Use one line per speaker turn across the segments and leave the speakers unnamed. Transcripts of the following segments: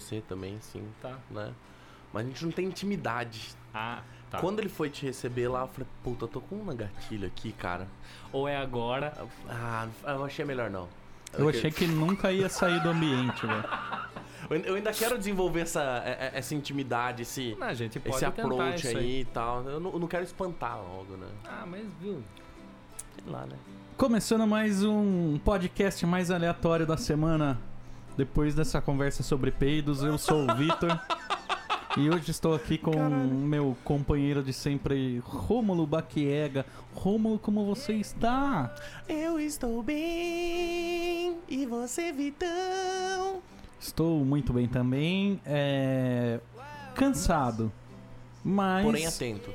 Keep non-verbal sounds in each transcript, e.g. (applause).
você também, assim, tá, né? Mas a gente não tem intimidade.
Ah, tá.
Quando ele foi te receber lá, eu falei, puta, eu tô com uma gatilha aqui, cara.
Ou é agora.
Ah, eu achei melhor não.
Eu achei que nunca ia sair do ambiente, velho.
Eu- Eu ainda quero desenvolver essa, é- é- essa intimidade, esse,
Não, a Ah, gente pode
esse
tentar
approach
isso
aí,
aí.
e tal. Eu não, eu não quero espantar logo, né?
Ah, mas viu.
Sei lá, né?
Começando mais um podcast mais aleatório da semana. Depois dessa conversa sobre peidos, eu sou o Vitor. e hoje estou aqui com meu companheiro de sempre, Rômulo Baquiega. Rômulo, como você está?
Eu estou bem e você, Vitão.
Estou muito bem também. É... Cansado, mas
Porém atento.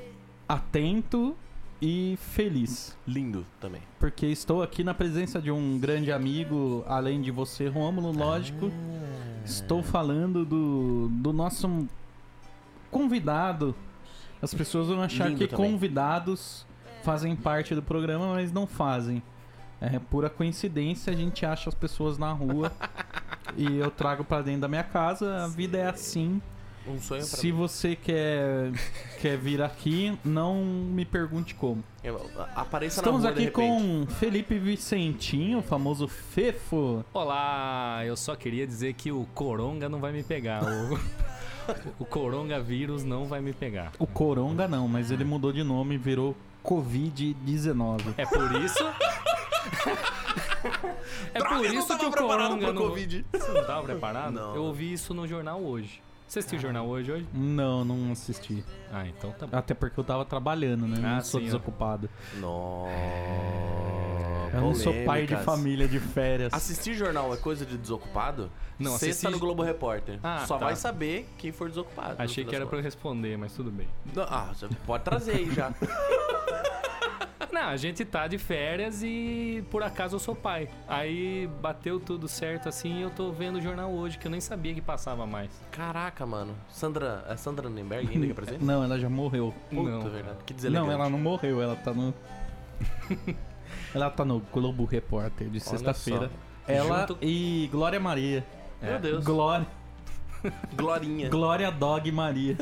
atento e feliz.
Lindo também.
Porque estou aqui na presença de um grande amigo, além de você, Rômulo, lógico.
Ah.
Estou falando do, do nosso convidado. As pessoas vão achar
Lindo
que
também.
convidados fazem parte do programa, mas não fazem. É pura coincidência, a gente acha as pessoas
(laughs)
na rua e eu trago pra dentro da minha casa. A vida é assim.
Um sonho pra
Se você quer, quer vir aqui, não me pergunte como.
Eu- Apareça
Estamos
na rua
aqui
de repente.
com Felipe Vicentinho, o famoso Fefo.
Olá, eu só queria dizer que o Coronga não vai me pegar. O, o (laughs) Coronga vírus não vai me pegar.
O Coronga não, mas ele mudou de nome e virou Covid-19.
É por isso. (laughs) é por
Ah, eu não
isso
tava
que o
preparado
Coronga
pro
não...
Covid.
(laughs) Você não tava preparado?
Não. Ah.
Eu ouvi isso no jornal hoje. Você assistiu o jornal hoje hoje?
Não, não assisti.
Ah, então tá bom.
Até porque eu tava trabalhando, né?
Ah,
não sou
sim, ó.
desocupado.
Nossa.
Eu não sou pai de
polêmicas.
família de férias.
Assistir jornal é coisa de desocupado?
Não,
Sexta
assistir-
no Globo Repórter.
Ah,
Só
tá.
vai saber quem for desocupado. no
Achei
fim
que era
Ah, das
pra eu responder, mas tudo bem.
contas. Não, Ah, você pode trazer aí já. (laughs)
Não, a gente tá de férias e por acaso eu sou pai. Aí bateu tudo certo assim e eu tô vendo o jornal hoje, que eu nem sabia que passava mais.
Caraca, mano. Sandra. É Sandra Nenberg ainda que apresenta?
Não, ela já morreu.
Puta,
não, é-
verdade.
cara.
Que deselegante.
Não, ela não morreu, ela
(laughs)
tá no. ela tá no Globo Repórter de
Olha
sexta-feira.
só.
Ela
Junto-
e Glória Maria.
Meu Deus.
Glória,
Glorinha.
Glória
(laughs)
Dog Maria.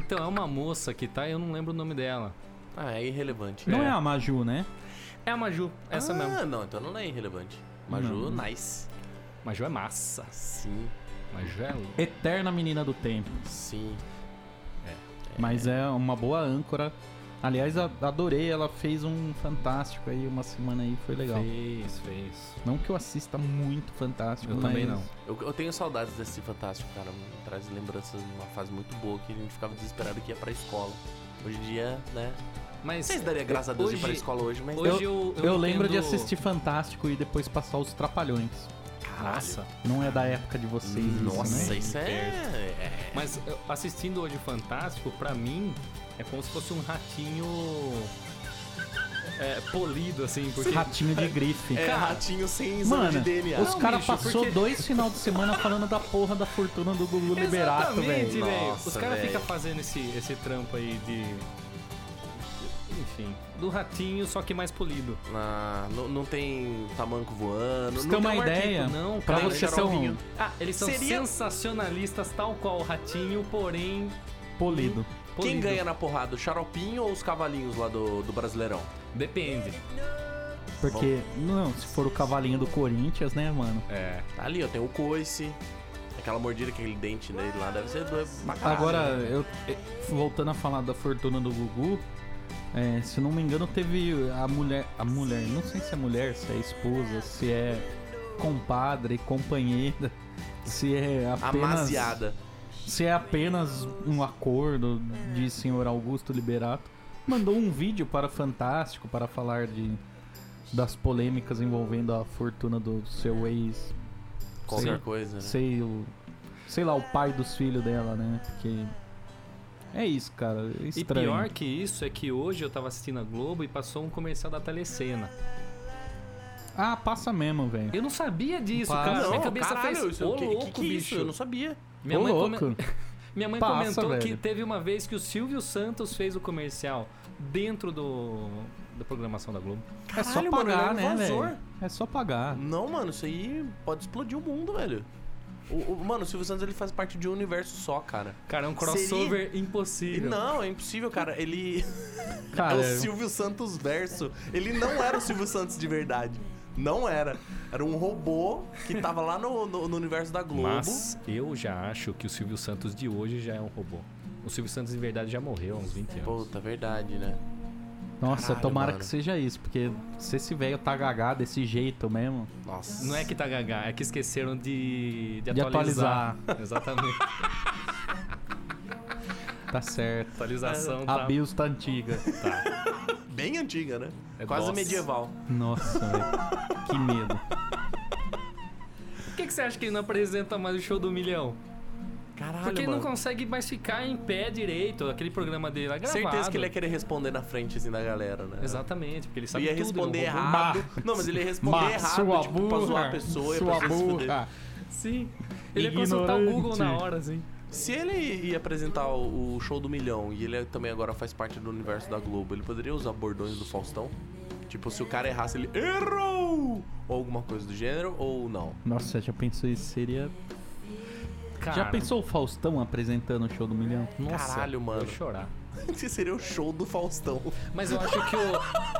Então é uma moça que tá, eu não lembro o nome dela.
Ah, é irrelevante.
Não
É.
é a Maju, né?
É a Maju, essa
ah,
mesmo.
não, então não é irrelevante. Maju, nice.
Maju é massa.
Sim,
Maju é louca.
Eterna menina do tempo.
sim.
Mas é uma boa âncora. Aliás, a- adorei, ela fez um fantástico aí, uma semana aí, foi legal.
Fez, fez.
Não que eu assista muito fantástico,
Eu
mas...
também não.
Eu, eu tenho saudades desse Fantástico, cara. Me traz lembranças de uma fase muito boa que a gente ficava desesperado que ia pra escola. Hoje em dia, né?
Mas
Vocês daria graças a Deus de ir pra
hoje-
escola hoje, mas.
Hoje eu,
Eu, lembro de
entendo-
assistir Fantástico e depois passar os Trapalhões.
Nossa.
Não é da época de vocês isso,
Nossa,
né?
isso é. é-
Mas eu- assistindo hoje Fantástico, pra mim, é como se fosse um ratinho é, polido, assim, porque.
Ratinho de grife.
É, ratinho sem exame
Mano,
de DNA.
os
Não,
caras
bicho,
passou
porque-
dois final de semana falando da porra da fortuna do Gugu Liberato,
Exatamente,
velho.
velho. Os
Nossa,
caras
velho.
ficam fazendo esse, esse trampo aí de. Enfim. Do ratinho, só que mais polido.
Ah, não, não tem tamanco voando.
Pra você
não
ter uma
um arquivo.
ideia,
não,
pra
cara,
você
é
ser um
xaropinho.
Ah, eles são
Seria-
sensacionalistas, tal qual o ratinho, porém.
polido.
polido.
Quem ganha na porrada, o xaropinho ou os cavalinhos lá do, do Brasileirão?
Depende.
Porque, não, se for o cavalinho do Corinthians, né, mano?
É.
Tá ali, ó, tem o coice. Aquela mordida, aquele dente dele lá deve ser doer pra caralho.
Agora, eu eh, voltando a falar da fortuna do Gugu, eh, se não me engano, teve a mulher. A mulher, não sei se é mulher, se é esposa, se é compadre, companheira, se é apenas.
Amaziada.
Se é apenas um acordo de senhor Augusto Liberato. Mandou um vídeo para Fantástico para falar de. Das polêmicas envolvendo a fortuna do seu ex.
Qualquer
Sim.
coisa, né?
sei o sei lá o pai dos filhos dela, né? Porque é isso, cara. É
E
estranho.
pior que isso é que hoje eu tava assistindo a Globo e passou um comercial da Telecena.
Ah, passa mesmo, velho.
Eu não sabia disso,
Passa.
cara.
Não,
Minha cabeça
Tá caralho,
fez.
isso,
Ô,
o que, que-
louco,
que é
bicho.
isso? Eu não sabia.
Minha
Ô,
mãe come-
louco.
Minha mãe
Passa,
comentou que
velho.
teve uma vez que o Silvio Santos fez o comercial dentro do da programação da Globo.
é só
Caralho, mano, ele é
pagar,
um
né,
invasor.
velho? É só pagar.
Não, mano, isso aí pode explodir o mundo, velho. O, o- mano, o Silvio Santos ele faz parte de um universo só, cara.
Cara, é um crossover
E
impossível.
não, é impossível, cara. Ele (laughs)
Cara,
é o Silvio Santos verso. Ele não era o Silvio Santos de verdade. Não era. Era um robô que tava lá no, no- no universo da Globo.
Mas eu já acho que o Silvio Santos de hoje já é um robô. O Silvio Santos, de verdade, já morreu há uns 20 anos.
Puta, verdade, né?
nossa,
Caralho,
tomara
mano.
que seja isso, porque se esse velho tá gagá desse jeito mesmo.
Nossa.
Não é que tá gagá, é que esqueceram de, de,
De
atualizar. (laughs) Exatamente.
Tá certo.
Atualização
A
tá...
BIOS tá antiga.
tá.
Bem antiga, né?
É
Quase
nossa.
medieval.
Nossa, velho. Que medo.
Por que, que você acha que ele não apresenta mais o show do milhão?
Caralho,
Porque ele
mano.
não consegue mais ficar em pé direito, aquele programa dele lá gravado.
Certeza que ele ia querer responder na frente, assim, da galera, né?
Exatamente, porque ele sabe
Ele ia
tudo.
responder
ele é um robô.
errado. Não, mas ele ia responder
Mas
errado, tipo, pra zoar a pessoa e a
sua
pessoa se fuder.
burra.
Sim. Ele ia consultar o Google na
Ignorante.
hora, assim.
Se ele ia apresentar o o show do milhão e ele também agora faz parte do universo da Globo, ele poderia usar bordões do Faustão? Tipo, se o cara errasse, ele errou! Ou alguma coisa do gênero, ou não.
Nossa, já pensou isso? Seria.
Cara,
Já pensou o Faustão apresentando o show do milhão?
Nossa,
Caralho, mano.
Vou chorar.
(laughs) Esse seria o show do Faustão.
Mas eu acho que o,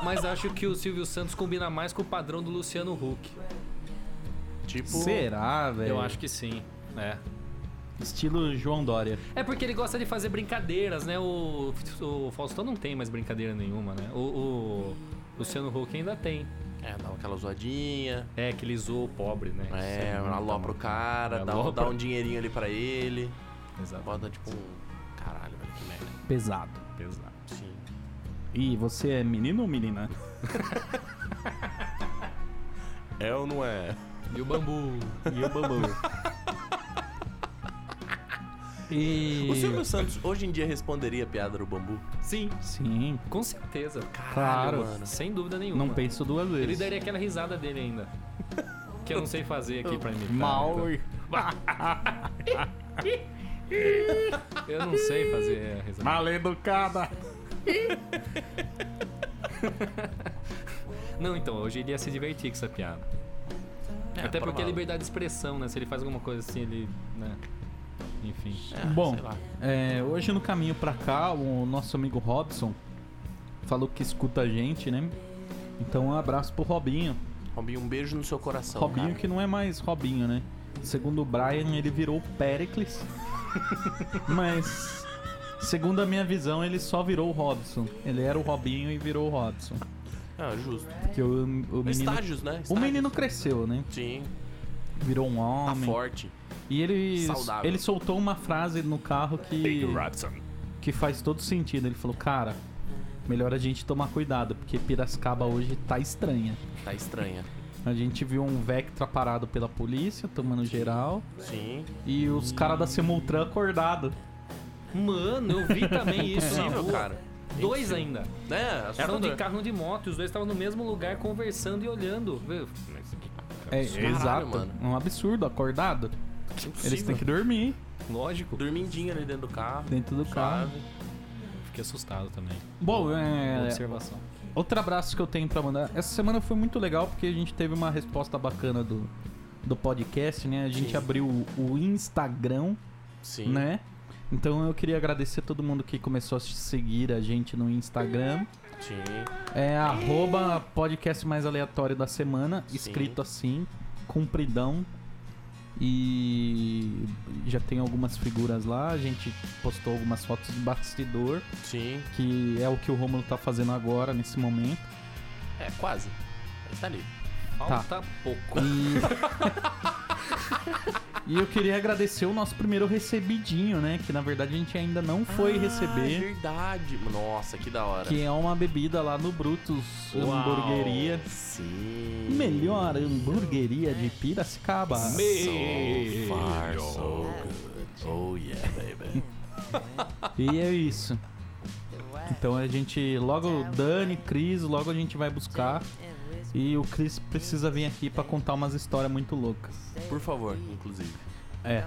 mas acho que o Silvio Santos combina mais com o padrão do Luciano Huck.
Tipo.
Será, velho?
Eu acho que sim. É.
Estilo João Dória.
É porque ele gosta de fazer brincadeiras, né? O, o Faustão não tem mais brincadeira nenhuma, né? O, o Luciano Huck ainda tem.
É, dá aquela zoadinha.
É, que ele zoou o pobre, né?
É, alô pro cara, dá um,
Alopra.
dá um dinheirinho ali pra ele.
Exato.
Bota tipo um. Caralho, velho, que merda.
Pesado.
Pesado.
Sim.
E você é menino ou menina?
É ou não é?
E o bambu.
E o Babu. e.
O Silvio Santos hoje em dia responderia a piada do bambu?
Sim,
Sim,
com certeza.
Claro.
mano.
Sem dúvida nenhuma.
não penso duas
Ele
vezes.
daria aquela risada dele ainda. Que eu não sei fazer aqui pra imitar.
Mal.
então. Eu não sei fazer a risada.
Mal educada.
Não, então, hoje ele ia se divertir com essa piada. Até porque é liberdade de expressão, né? Se ele faz alguma coisa assim, ele. né? Enfim.
Bom,
sei lá.
é, hoje no caminho pra cá, o nosso amigo Robson falou que escuta a gente, né? Então um abraço pro Robinho.
Robinho, um beijo no seu coração.
Robinho
cara.
que não é mais Robinho, né? Segundo o Brian, ele virou
(laughs)
Pericles. Mas, segundo a minha visão, ele só virou o Robson. Ele era o Robinho e virou o Robson.
Ah, justo.
Porque o, o menino.
Estágios, né?
O
Estágios.
menino cresceu, né?
Sim,
Virou um
tá
homem.
forte.
e ele,
Saudável.
ele soltou uma frase no carro que,
Robson.
que faz todo sentido. Ele falou, cara, melhor a gente tomar cuidado, porque Piracicaba hoje tá estranha.
Tá estranha.
A gente viu um Vectra parado pela polícia, tomando geral.
Sim.
E os caras da Simultran acordado.
Mano, eu vi também
É.
isso. na
Possível,
rua.
cara.
Dois ainda.
É,
Era um
assustador.
de carro e um de moto, e os dois estavam no mesmo lugar conversando e olhando. Vê, mas que
É,
absurdo.
exato.
mano.
É Um absurdo, acordado.
Impossível.
Eles têm que dormir
Lógico.
Dormidinho ali dentro do carro.
dentro do carro.
Suave.
Fiquei assustado também.
Bom,
Boa
é,
Observação.
outro abraço que eu tenho pra mandar. Essa semana foi muito legal porque a gente teve uma resposta bacana do, do podcast, né? A gente
Sim.
abriu o, o Instagram,
Sim.
né? Então eu queria agradecer todo mundo que começou a seguir a gente no Instagram.
Sim.
É arroba podcast mais aleatório da semana,
Sim.
escrito assim, compridão. E já tem algumas figuras lá, a gente postou algumas fotos do bastidor,
Sim.
que é o que o Romulo tá fazendo agora nesse momento.
É, quase. Ele tá ali.
Falta pouco.
(laughs)
E... e eu queria agradecer o nosso primeiro recebidinho, né? Que na verdade a gente ainda não foi
Ah,
receber.
verdade. Nossa, que da hora.
Que é uma bebida lá no Brutus
Uau.
Hamburgueria.
Sim.
Melhor hamburgueria de Piracicaba.
So far, so good. Oh yeah, baby.
E é isso. Então a gente logo Dani, Cris, logo a gente vai buscar e o Cris precisa vir aqui pra contar umas histórias muito loucas.
Por favor, inclusive.
É.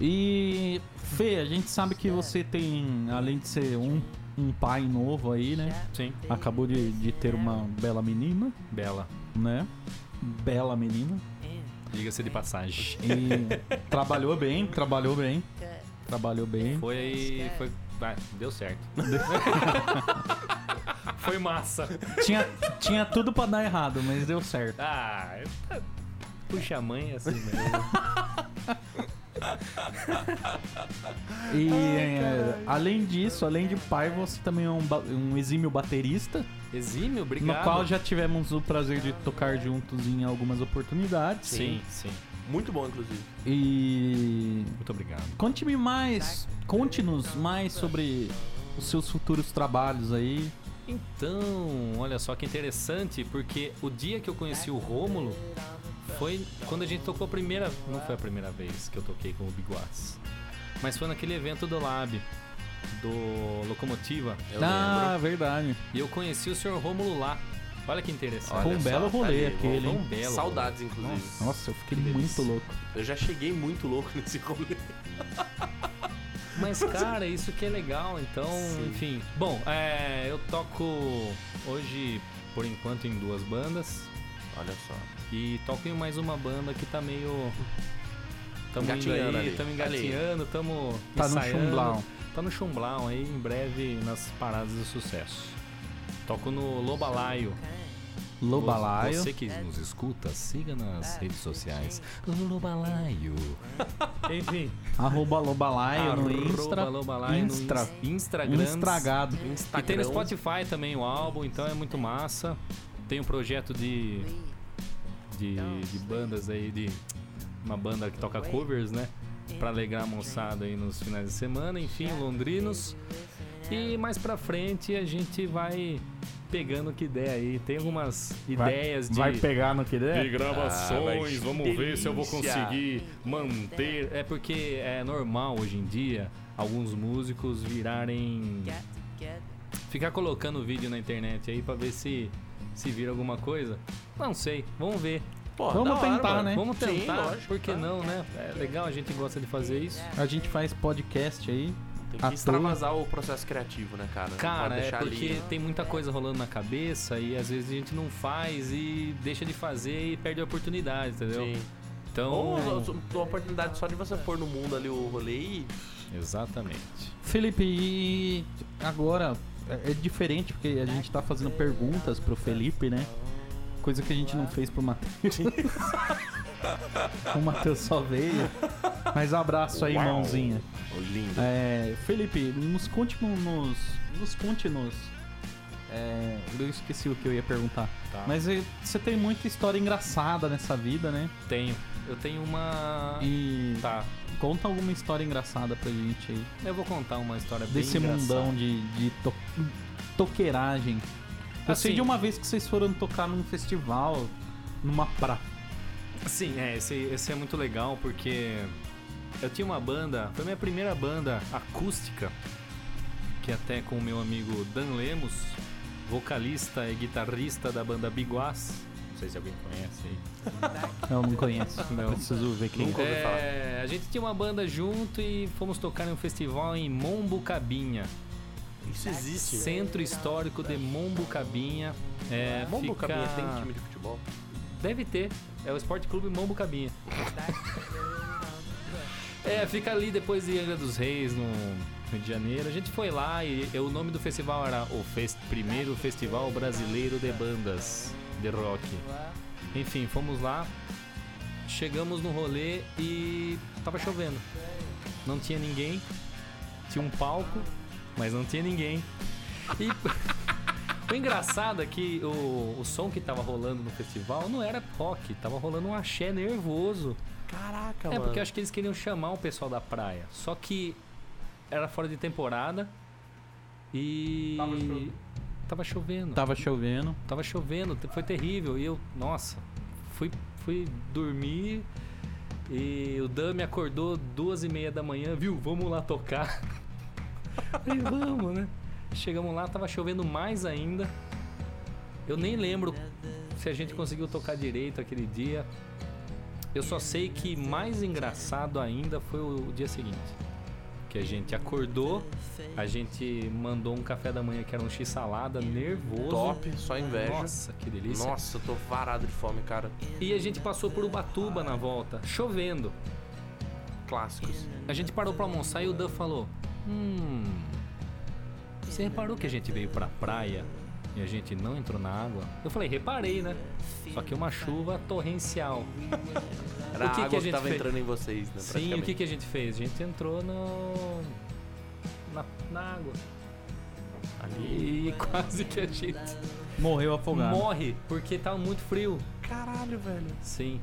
E Fê, a gente sabe que você tem, além de ser um, um pai novo aí, né?
Sim.
Acabou de, de ter uma bela menina,
Bela.
né? Bela menina.
diga-se de passagem.
E trabalhou bem, trabalhou bem. Trabalhou bem.
Foi. foi ah, deu certo. foi massa.
Tinha, tinha tudo pra dar errado, mas deu certo.
Ah, eu- puxa a mãe é assim mesmo.
E é, além disso, além de pai, você também é um, ba- um exímio baterista,
Exímio, obrigado.
no qual já tivemos o prazer de tocar juntos em algumas oportunidades.
Sim, sim.
Muito bom, inclusive.
E
Muito obrigado.
conte-me mais, conte-nos mais sobre os seus futuros trabalhos aí.
Então, olha só que interessante, porque o dia que eu conheci o Rômulo foi quando a gente tocou a primeira. Não foi a primeira vez que eu toquei com o Biguaz, mas foi naquele evento do Lab, do Locomotiva.
Eu
ah, verdade.
E eu conheci o senhor Rômulo lá. Olha que interessante.
Olha
Foi um
só,
belo
tá
rolê
ali,
aquele,
Foi um
hein?
belo.
Saudades, inclusive.
Nossa, eu fiquei
Que
muito
delícia.
louco.
Eu já cheguei muito louco nesse rolê.
Mas, cara, isso que é legal, então,
Sim.
enfim. Bom, é, eu toco hoje, por enquanto, em duas bandas.
Olha só.
E toco em mais uma banda que tá meio. Tamo
Engatinhando
indo aí,
ali.
tamo engatinhando, tamo
Tá no
ensaiando.
chumblau.
Tá no chumblau aí, em breve nas paradas do sucesso. Toco no Lobalaio.
Lobalaio.
Você que nos escuta, siga nas redes sociais. Lobalaio. Enfim.
Arroba Lobalaio no
arroba
Instra.
Lobalaio no
Instra.
Ins- Instagrams.
Instragado.
E tem
Instagram.
no Spotify também o álbum, então é muito massa. Tem um projeto de. de, de bandas aí, de. Uma banda que toca covers, né? Pra alegrar a moçada aí nos finais de semana, enfim, londrinos. E mais pra frente a gente vai pegando o que der aí. Tem algumas ideias de.
Vai É. pegar no que
de
der?
Ah, vai,
gravações,
que
vamos ver se eu vou
delícia.
conseguir manter. É porque é normal hoje em dia alguns músicos virarem ficar colocando vídeo na internet aí pra ver se se vira alguma coisa. Não sei, vamos ver.
Pô,
Vamos
da hora,
tentar,
mano.
né?
Vamos
Ah, Sim,
tentar,
lógico,
por que
tá.
não, né? É legal, a gente gosta de fazer isso.
A gente faz podcast aí.
Tem que
Atua.
extravasar o processo criativo, né, cara? Não
Cara,
pode
é
deixar
porque
ali. né?
tem muita coisa rolando na cabeça e às vezes a gente não faz e deixa de fazer e perde a oportunidade, entendeu?
Sim.
Então,
Ou uma oportunidade só de você pôr no mundo ali o rolê e.
exatamente.
Felipe, e agora é é diferente porque a gente tá fazendo perguntas pro Felipe, né? Coisa que a gente não fez pro Matheus. (laughs) o Matheus só veio. Mas abraço aí, mãozinha.
Lindo.
É, Felipe, nos conte nos. Nos conte nos. é, eu esqueci o que eu ia perguntar.
Tá.
Mas é, você tem muita história engraçada nessa vida, né?
Tenho. Eu tenho uma.
E
Tá.
conta alguma história engraçada pra gente aí.
Eu vou contar uma história bem
desse
engraçada.
mundão de, de to- toqueiragem. Eu sei
Assim.
de uma vez que vocês foram tocar num festival, numa pra.
Sim, é, esse, esse é muito legal porque eu tinha uma banda, foi minha primeira banda acústica, que até com o meu amigo Dan Lemos, vocalista e guitarrista da banda Biguás. Não sei se alguém conhece aí.
Eu não conheço, (laughs) não. preciso ver quem
Nunca
é.
ouvi falar.
É, a gente tinha uma banda junto e fomos tocar em um festival em Mombucabinha,
Isso é existe.
centro histórico de Mombucabinha. É,
Bom
fica-
Boca Minha tem time de futebol.
Deve ter. É o Esporte Clube Mombo Cabinha. é, fica ali depois de Angra dos Reis, no Rio de Janeiro. A gente foi lá e, e o nome do festival era o Fes- Primeiro Festival Brasileiro de Bandas de Rock. Enfim, fomos lá, chegamos no rolê e tava chovendo. Não tinha ninguém, tinha um palco, mas não tinha ninguém. E o engraçado é que o, o som que tava rolando no festival não era rock, tava rolando um axé nervoso.
Caraca,
É,
mano.
porque eu acho que eles queriam chamar o pessoal da praia. Só que era fora de temporada e.
Tava chovendo.
Tava chovendo.
Tava chovendo.
Tava chovendo, te- foi terrível. E eu, nossa, fui, fui dormir e o Dan me acordou duas e meia da manhã, viu? Vamos lá tocar. (laughs) Falei, vamos, né? Chegamos lá, tava chovendo mais ainda. Eu nem lembro se a gente conseguiu tocar direito aquele dia. Eu só sei que mais engraçado ainda foi o o dia seguinte. que a gente acordou, a gente mandou um café da manhã que era um x-salada nervoso.
Top, só inveja.
Nossa, que delícia.
Nossa, eu tô varado de fome, cara.
E a gente passou por Ubatuba na volta, chovendo.
Clássicos.
A gente parou pra almoçar e o Dan falou: Hum. Você reparou que a gente veio pra praia e a gente não entrou na água? Eu falei: Reparei, né? Só que uma chuva torrencial.
Era
O que que
a
a
água que,
gente
tava
fez?
entrando em vocês, né?
Sim, o
praticamente.
que, que a gente fez? A gente entrou no. na, na água.
Ali.
E (laughs) quase que a gente
Morreu afogado.
morre porque tava muito frio.
Caralho, velho.
Sim,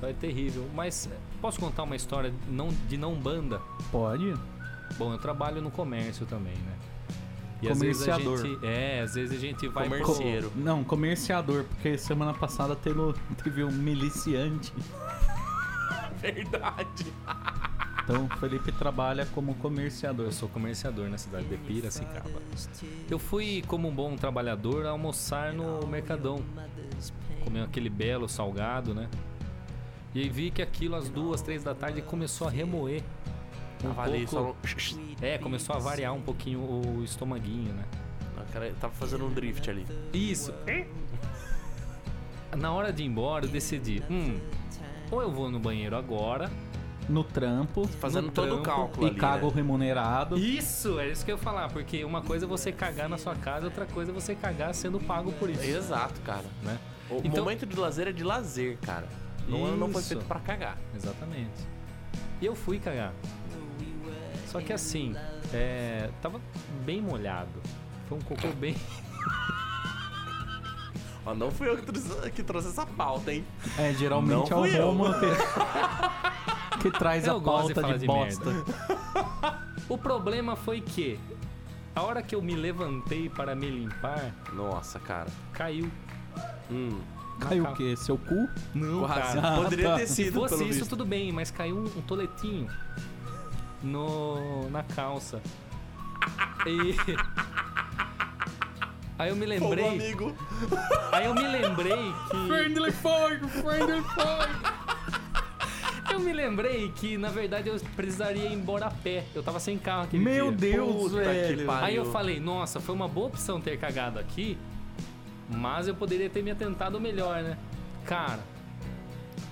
foi terrível. Mas eh, posso contar uma história não, de não banda?
Pode?
Bom, eu trabalho no comércio também, né?
Comerciador.
Às vezes a gente, é, às vezes a gente vai pro-
Comercieiro.
Não, comerciador, porque semana passada teve, o- teve um miliciante.
Verdade.
Então o Felipe trabalha como comerciador.
Eu sou comerciador na cidade de Piracicaba. Eu fui, como um bom trabalhador, almoçar no Mercadão. Comer aquele belo salgado, né? E aí vi que aquilo às duas, três da tarde começou a remoer. Um
Tava ali,
pouco-
só um...
É, começou a variar um pouquinho o estomaguinho, né?
Não, cara, tava fazendo um drift ali.
Isso. Na hora de ir embora, eu decidi, hum, ou eu vou no banheiro agora.
No trampo
Fazendo
No
todo o
trampo
cálculo
e
ali,
cago
né?
remunerado.
Isso, é isso que eu ia falar, porque uma coisa é você cagar na sua casa, outra coisa é você cagar sendo pago por isso,
Exato, cara.
né?
O
Então-
momento de lazer é de lazer, cara. Não, não foi
Isso.
feito pra cagar.
Exatamente. E eu fui cagar. Só que assim, é, tava bem molhado. Foi um cocô bem. (laughs)
Ó, não fui eu que trouxe, que trouxe essa pauta, hein?
É, geralmente
Não
é o
fui eu.
Romulo que, (laughs) que traz
Eu
a
gosto de
pauta
falar
de,
de
bosta.
O problema foi que a hora que eu me levantei para me limpar,
Nossa, cara.
caiu.
Hum.
Caiu
Cacau.
o quê? Seu cu?
Não,
Quase.
cara.
Poderia ter
Se
sido,
fosse
pelo
isso,
visto.
tudo bem, mas caiu um, um toletinho no, na calça. E. (laughs) Aí eu me
Fogo,
lembrei.
amigo.
Aí eu me lembrei que.
Friendly fogo, friendly fogo.
(laughs) Eu me lembrei que, na verdade, eu precisaria ir embora a pé. Eu tava sem carro aquele
Meu
dia.
Deus,
Puta que
velho.
pariu.
Aí eu falei, nossa, foi uma boa opção ter cagado aqui, mas eu poderia ter me atentado melhor, né? Cara,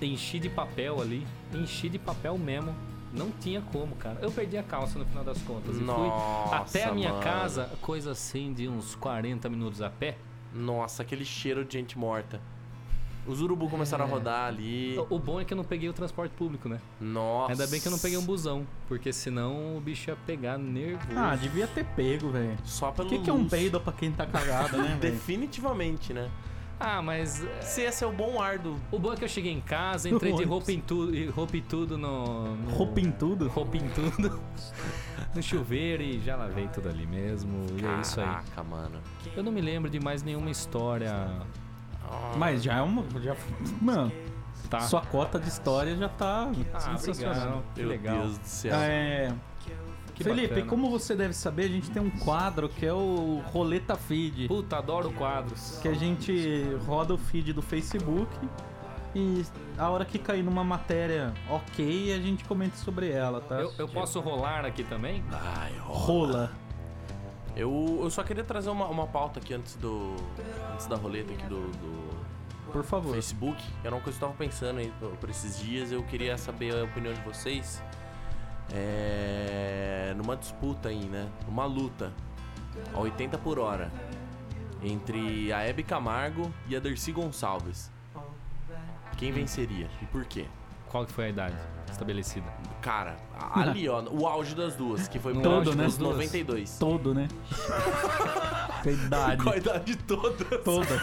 enchi de papel ali, enchi de papel mesmo. Não tinha como, cara. Eu perdi a calça no final das contas. e
Nossa,
fui até a minha
mano.
casa, coisa assim de uns 40 minutos a pé.
Nossa, aquele cheiro de gente morta. Os urubu começaram a rodar ali.
O- O bom é que eu não peguei o transporte público, né?
Nossa.
Ainda bem que eu não peguei um busão, porque senão o bicho ia pegar nervoso.
Ah, devia ter pego, velho.
Só pelo
O que, que é um
luz.
peido pra quem tá cagado, né, velho?
Definitivamente, né?
Ah, mas é,
Se esse é o bom ar do...
o bom é que eu cheguei em casa, entrei de
Ônibus.
roupa em tudo, roupa e tudo no, no
Roupa em tudo?
roupa em tudo (laughs) no chuveiro e já lavei tudo ali mesmo. E é isso aí.
Caraca, mano.
Eu não me lembro de mais nenhuma história.
Mas já é uma. Já, mano,
Tá.
sua cota de história já tá
Ah,
sensacional.
obrigado. Que
Meu
legal.
Deus do céu.
É,
Que
Felipe,
bacana.
como você deve saber, a gente tem um quadro que é o Roleta Feed.
Puta, adoro quadros.
que a gente roda o feed do Facebook e a hora que cair numa matéria ok, a gente comenta sobre ela, tá?
Eu, eu posso rolar aqui também?
Ai, ó.
Rola.
Eu, eu só queria trazer uma, uma pauta aqui antes do. Antes da roleta aqui do, do
Por favor.
Facebook. Era uma coisa que eu tava pensando aí por, por esses dias. Eu queria saber a opinião de vocês. É, numa disputa aí, né? Uma luta. A 80 por hora. Entre a Hebe Camargo e a Dercy Gonçalves. Quem venceria e por quê?
Qual que foi a idade estabelecida?
Cara, a- ali ó, o auge das duas, que foi
No
pro
auge
auge
das
dos
né, duas.
92.
Todo,
(laughs)
né? Com a idade.
(laughs) Com a idade toda.
Toda.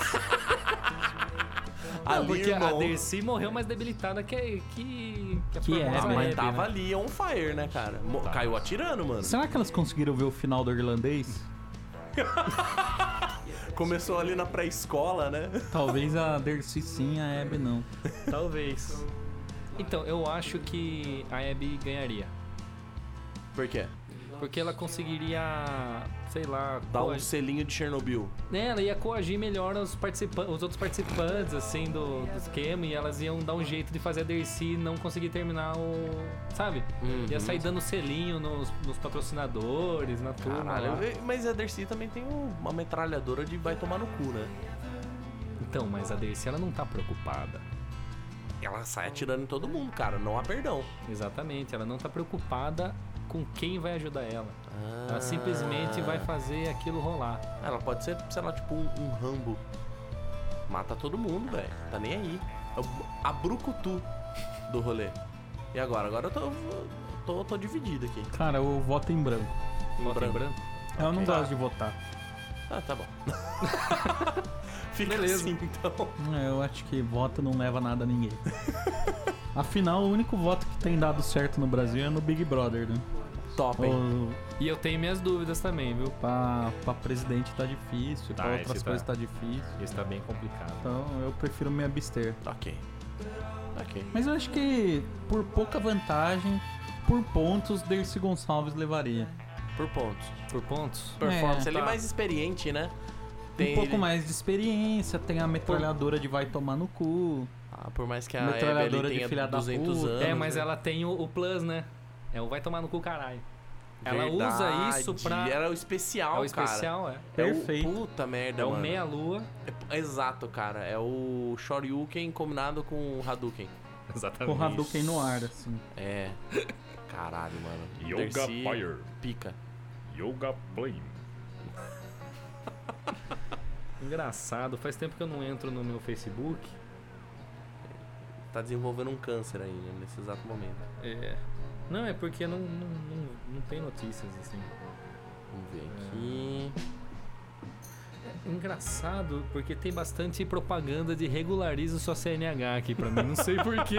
Não,
Ah,
Ali,
porque a
irmão,
Dercy morreu mais debilitada que que a
Que
famosa
é,
Ah,
né?
Hebe, Tá.
mas tava
né?
ali on fire, né, cara? Mo- Caiu atirando, mano.
Será que elas conseguiram ver o final do irlandês?
Começou ali na pré-escola, né?
Talvez a Dercy sim, a Abby não.
né? Talvez. Então, eu acho que a Abby ganharia.
Por quê?
Porque ela conseguiria, sei lá,
Dá um
coag-
selinho de Chernobyl.
né, ela ia coagir melhor os, participa- os outros participantes, assim, do, do esquema, e elas iam dar um jeito de fazer a Dercy não conseguir terminar o. Sabe? Ia sair
Uhum.
dando selinho nos, nos patrocinadores, na turma. lá.
Caralho, eu- mas a Dercy também tem um- uma metralhadora de vai tomar no cu, né?
Então, mas a Dercy ela não tá preocupada.
Ela sai atirando em todo mundo, cara. Não há perdão.
Exatamente, ela não tá preocupada com quem vai ajudar ela. Ela
Ah.
simplesmente vai fazer aquilo rolar.
Ela pode ser, sei lá, tipo um, um Rambo. Mata todo mundo, velho. Tá nem aí. É o- a brucutu do rolê. E agora? Agora eu tô, tô, tô dividido aqui.
Cara, eu voto em branco.
Em
Bota em
branco.
branco.
Eu não
Ok.
gosto de votar.
Ah, tá bom. (laughs) Fica
Beleza.
assim, então.
É, Eu acho que voto não leva nada a ninguém.
(laughs)
Afinal, o único voto que tem dado certo no Brasil é no Big Brother, né?
Top, hein?
Ou
E eu tenho minhas dúvidas também, viu?
pra, pra presidente tá difícil,
Tá,
pra
esse
outras
tá.
coisas tá difícil.
Isso tá bem complicado.
Então eu prefiro me abster.
Ok. Ok.
Mas eu acho que por pouca vantagem, por pontos, Dercy Gonçalves levaria.
Por pontos.
Por pontos?
Performance.
É,
Ele é
tá.
mais experiente, né?
um pouco
ele-
mais de experiência, tem a metralhadora de vai tomar no cu.
Ah, por mais que a
Metralhadora
Abby, ele
de
tenha
filha da
200
puta.
anos.
É, mas
né?
ela tem o, o plus, né? É o vai tomar no cu caralho. Ela usa isso pra.
Verdade. Era o especial,
é o
cara.
especial, é.
É o-
Perfeito.
puta merda,
É o
mano.
meia-lua.
É- Exato, cara. É o Shoryuken combinado com o Hadouken.
(laughs) Exatamente.
Com o Hadouken no ar, assim.
É. Caralho, mano.
Yoga
Dercy
Fire.
Pica.
Yoga Blame.
Engraçado, faz tempo que eu não entro no meu Facebook.
Tá desenvolvendo um câncer ainda nesse exato momento.
É. Não, é porque não, não, não, não tem notícias assim.
Vamos ver aqui.
Engraçado, porque tem bastante propaganda de regulariza sua CNH aqui pra mim. Não sei
(laughs)
porquê.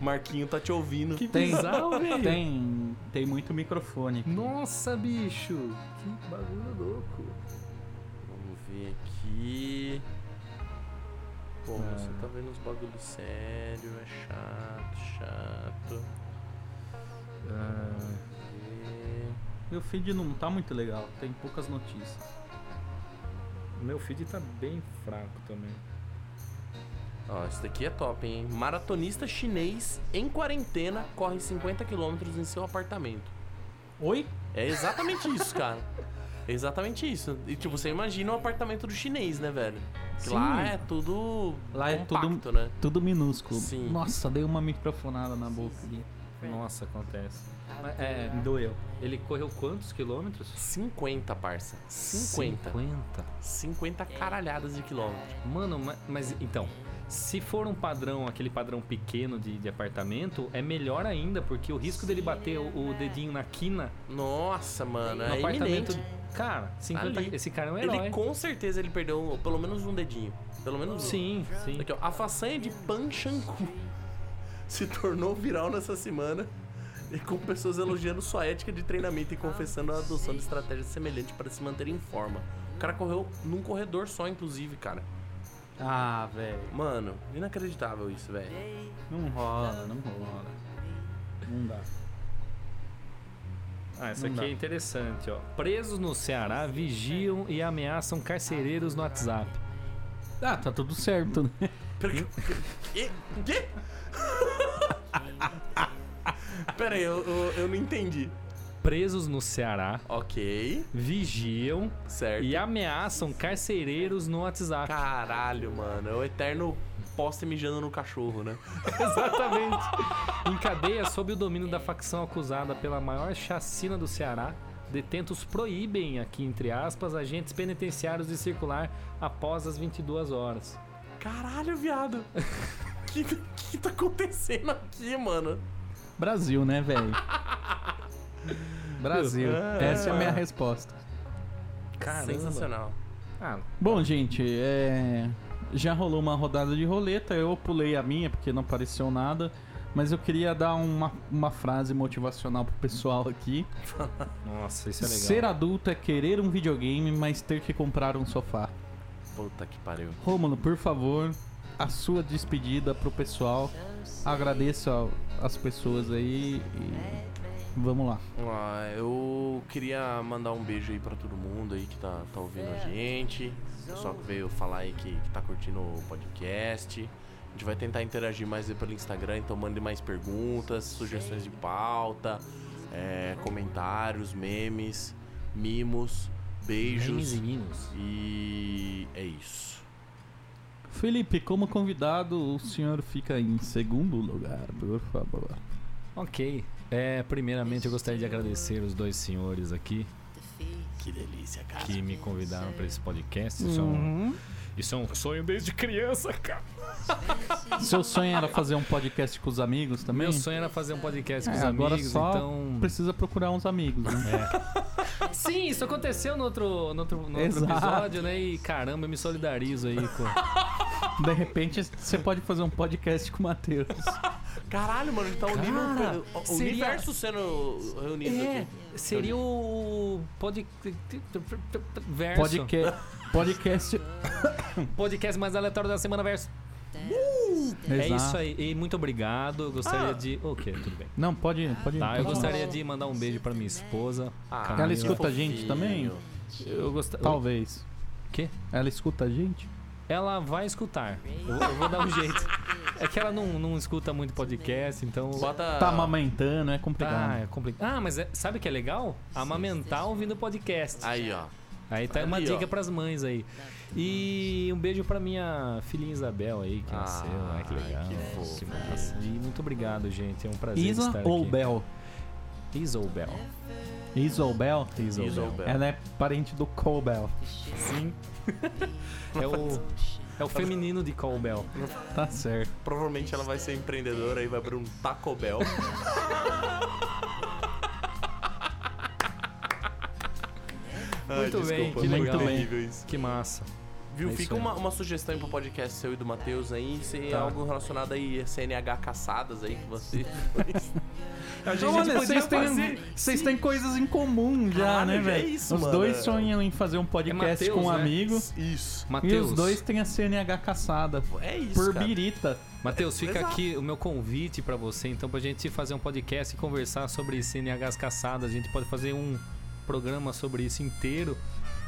O Marquinho tá te ouvindo.
Que
Tem. (laughs)
bizarro, velho.
Tem, tem muito microfone. aqui.
Nossa, bicho. Que bagulho louco.
Vamos ver aqui. Pô,
Ah.
você tá vendo uns bagulho sério, é chato, chato.
Ah,
E...
Meu feed não tá muito legal, tem poucas notícias.
meu feed tá bem fraco também.
Ó, isso daqui é top, hein? Maratonista chinês em quarentena corre 50 km em seu apartamento.
Oi?
É exatamente isso, cara. É Exatamente isso. E tipo, você imagina o apartamento do chinês, né, velho? Que lá
Sim.
é tudo
Lá é tudo-
compacto, né?
Tudo minúsculo.
Sim.
Nossa, dei uma microfonada na boca ali.
Nossa, acontece. Mas, é,
Doeu.
ele correu quantos quilômetros?
50, parça. 50.
50.
50 caralhadas de quilômetro.
Mano, ma- mas, então, se for um padrão, aquele padrão pequeno de, de apartamento, é melhor ainda, porque o risco dele bater o, o dedinho na quina
Nossa, mano,
no
é
apartamento.
iminente.
Cara, 50,
Ali.
esse cara é um herói.
Ele com certeza ele perdeu pelo menos um dedinho. Pelo menos um.
Sim, sim.
Aqui, ó. A façanha de Pan Shanku (laughs) se tornou viral nessa semana. E com pessoas elogiando sua ética de treinamento e confessando a adoção de estratégias semelhantes para se manter em forma. O cara correu num corredor só, inclusive, cara.
Ah, velho.
Mano, inacreditável isso, velho.
Não rola, não rola. Não dá.
Ah, essa
Não
aqui
dá.
é interessante, ó. Presos no Ceará vigiam e ameaçam carcereiros no WhatsApp.
Ah, tá tudo certo, né?
Peraí. Quê? Quê? (laughs) Peraí, eu, eu, eu não entendi.
Presos no Ceará
Ok,
vigiam
certo.
e ameaçam carcereiros no WhatsApp. (laughs)
Caralho, mano. É o eterno poste mijando no cachorro, né?
Exatamente. em cadeia, sob o domínio da facção acusada pela maior chacina do Ceará, detentos proíbem, aqui entre aspas, agentes penitenciários de circular após as 22 horas.
Caralho, viado. (laughs) O que, que tá acontecendo aqui, mano?
Brasil, né, (laughs) velho? Brasil. Essa é a minha resposta.
Caramba.
Sensacional.
Ah,
Bom, gente, é... já rolou uma rodada de roleta. Eu pulei a minha porque não apareceu nada. Mas eu queria dar uma, uma frase motivacional pro pessoal aqui.
nossa, isso é legal.
Ser adulto é querer um videogame, mas ter que comprar um sofá.
Puta que pariu.
Rômulo, por favor, a sua despedida pro pessoal. Agradeço ao- as pessoas aí. e Vamos lá.
Ah, eu queria mandar um beijo aí pra todo mundo aí que tá, tá ouvindo a gente. O pessoal que veio falar aí que, que tá curtindo o podcast. A gente vai tentar interagir mais aí pelo Instagram, então mandem mais perguntas, sugestões de pauta, é, comentários, memes, mimos, beijos.
meninos.
E é isso.
Felipe, como convidado, o senhor fica em segundo lugar, por favor.
Ok. É, primeiramente eu gostaria de agradecer os dois senhores aqui
Que delícia, cara.
que me convidaram para esse podcast. Isso, é
Uhum.
um, isso é um sonho desde criança, cara.
Seu sonho era fazer um podcast com os amigos também?
Meu sonho era fazer um podcast com
É,
os
agora
amigos,
só
então.
Precisa procurar uns amigos. Né?
Sim, isso aconteceu no outro, no outro, no outro
Exato.
episódio, né? E caramba, eu me solidarizo aí com. É.
De repente, você pode fazer um podcast com o Matheus.
Caralho, mano, a gente tá unindo
Cara,
o, o
seria-
universo sendo reunido
É,
aqui.
seria o. Pod... Verso.
Podca... Podcast.
Podcast mais aleatório da semana verso. É
Exato.
isso aí. E muito obrigado. Eu gostaria
Ah.
de. Ok, tudo bem.
Não, pode, pode
Tá, eu
pode-
gostaria de mandar um beijo pra minha esposa.
Ah,
Camila.
Ela escuta a gente
Fofinho.
também?
Eu gosta-
Tá Talvez.
Quê?
Ela escuta a gente?
Ela vai escutar. Eu, eu vou dar um jeito. É que ela não, não escuta muito podcast, então.
Bota.
Tá amamentando, é complicado.
Ah, é complicado. Ah, mas é- sabe o que é legal? Amamentar ouvindo podcast.
Aí, ó.
Aí tá
Aí,
uma
ó.
dica pras mães aí. E um beijo pra minha filhinha Isabel aí, que
Ah,
nasceu. Ai, que legal.
que fofo.
massa. E muito obrigado, gente. É um prazer
Isa
estar
ou
aqui.
Bel?
Isobel.
Isa ou Bel?
Isobel.
Isobel.
Ela é parente do Colbel.
Sim. é, o,
(laughs)
é o feminino de Colbel.
Tá certo.
Provavelmente ela vai ser empreendedora e vai abrir um Taco (laughs) Bell. Ai,
Muito bem,
desculpa,
que
foi
legal.
terrível isso.
Que massa.
Viu?
É isso
Fica
aí.
uma, uma sugestão aí pro podcast seu e do Matheus aí, se é
Tá.
algo relacionado aí a CNH caçadas aí que (laughs) você.
A gente
Olha,
podia
vocês têm,
fazer-
vocês têm coisas em comum já,
Caralho,
né,
já é
velho?
isso,
os
mano.
dois sonham em fazer um podcast
É Mateus,
com um
né?
amigo.
Isso.
E
Mateus,
os dois têm a CNH caçada
É isso.
por
cara.
birita.
Mateus, fica
Exato.
aqui o meu convite pra você, então, pra gente fazer um podcast e conversar sobre CNHs caçadas. A gente pode fazer um programa sobre isso inteiro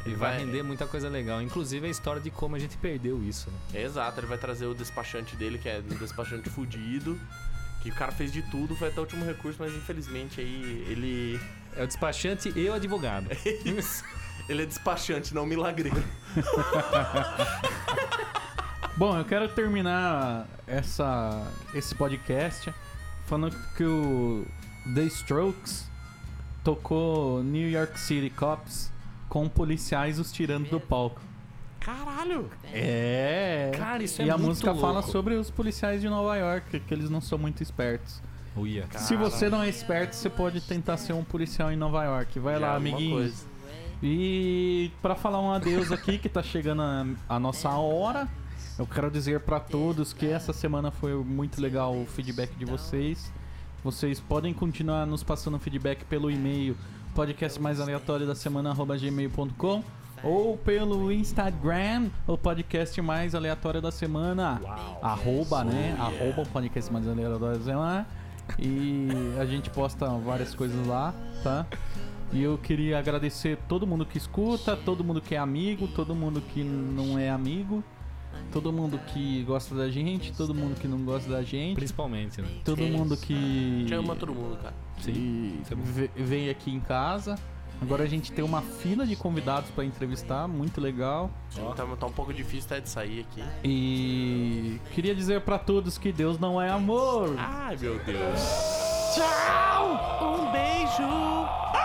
e vai,
vai-
render muita coisa legal. Inclusive a história de como a gente perdeu isso. né?
Exato, ele vai trazer o despachante dele, que é um despachante fudido. Que o cara fez de tudo, foi até o último recurso, mas infelizmente aí ele.
É o despachante e o advogado.
Ele é despachante, não milagreiro.
Bom, eu quero terminar essa, esse podcast falando que o The Strokes tocou New York City Cops com policiais os tirando do palco.
Caralho!
É.
Cara, isso é
E a
muito
música
louco.
fala sobre os policiais de Nova York, que eles não são muito espertos.
Uia.
Cara,
Se você não é esperto, você pode tentar ser um policial em Nova York. Vai
já é
lá,
alguma
amiguinho.
coisa.
E pra falar um adeus aqui, que tá chegando a, a nossa hora, eu quero dizer pra todos que essa semana foi muito legal o feedback de vocês. Vocês podem continuar nos passando feedback pelo e-mail podcast mais aleatório da semana gmail.com ou pelo Instagram o podcast mais aleatório da semana arroba né arroba o podcast mais aleatório da semana e a gente posta várias coisas lá tá e eu queria agradecer todo mundo que escuta todo mundo que é amigo todo mundo que não é amigo todo mundo que gosta da gente todo mundo que não gosta da gente
Principalmente, né?
todo mundo que
Te ama todo mundo, cara.
Sim,
isso é bom.
vem aqui em casa. Agora a gente tem uma fila de convidados pra entrevistar, muito legal.
Tá, tá um pouco difícil até de sair aqui.
E queria dizer pra todos que Deus não é amor.
Ai, meu Deus. Tchau! Um beijo!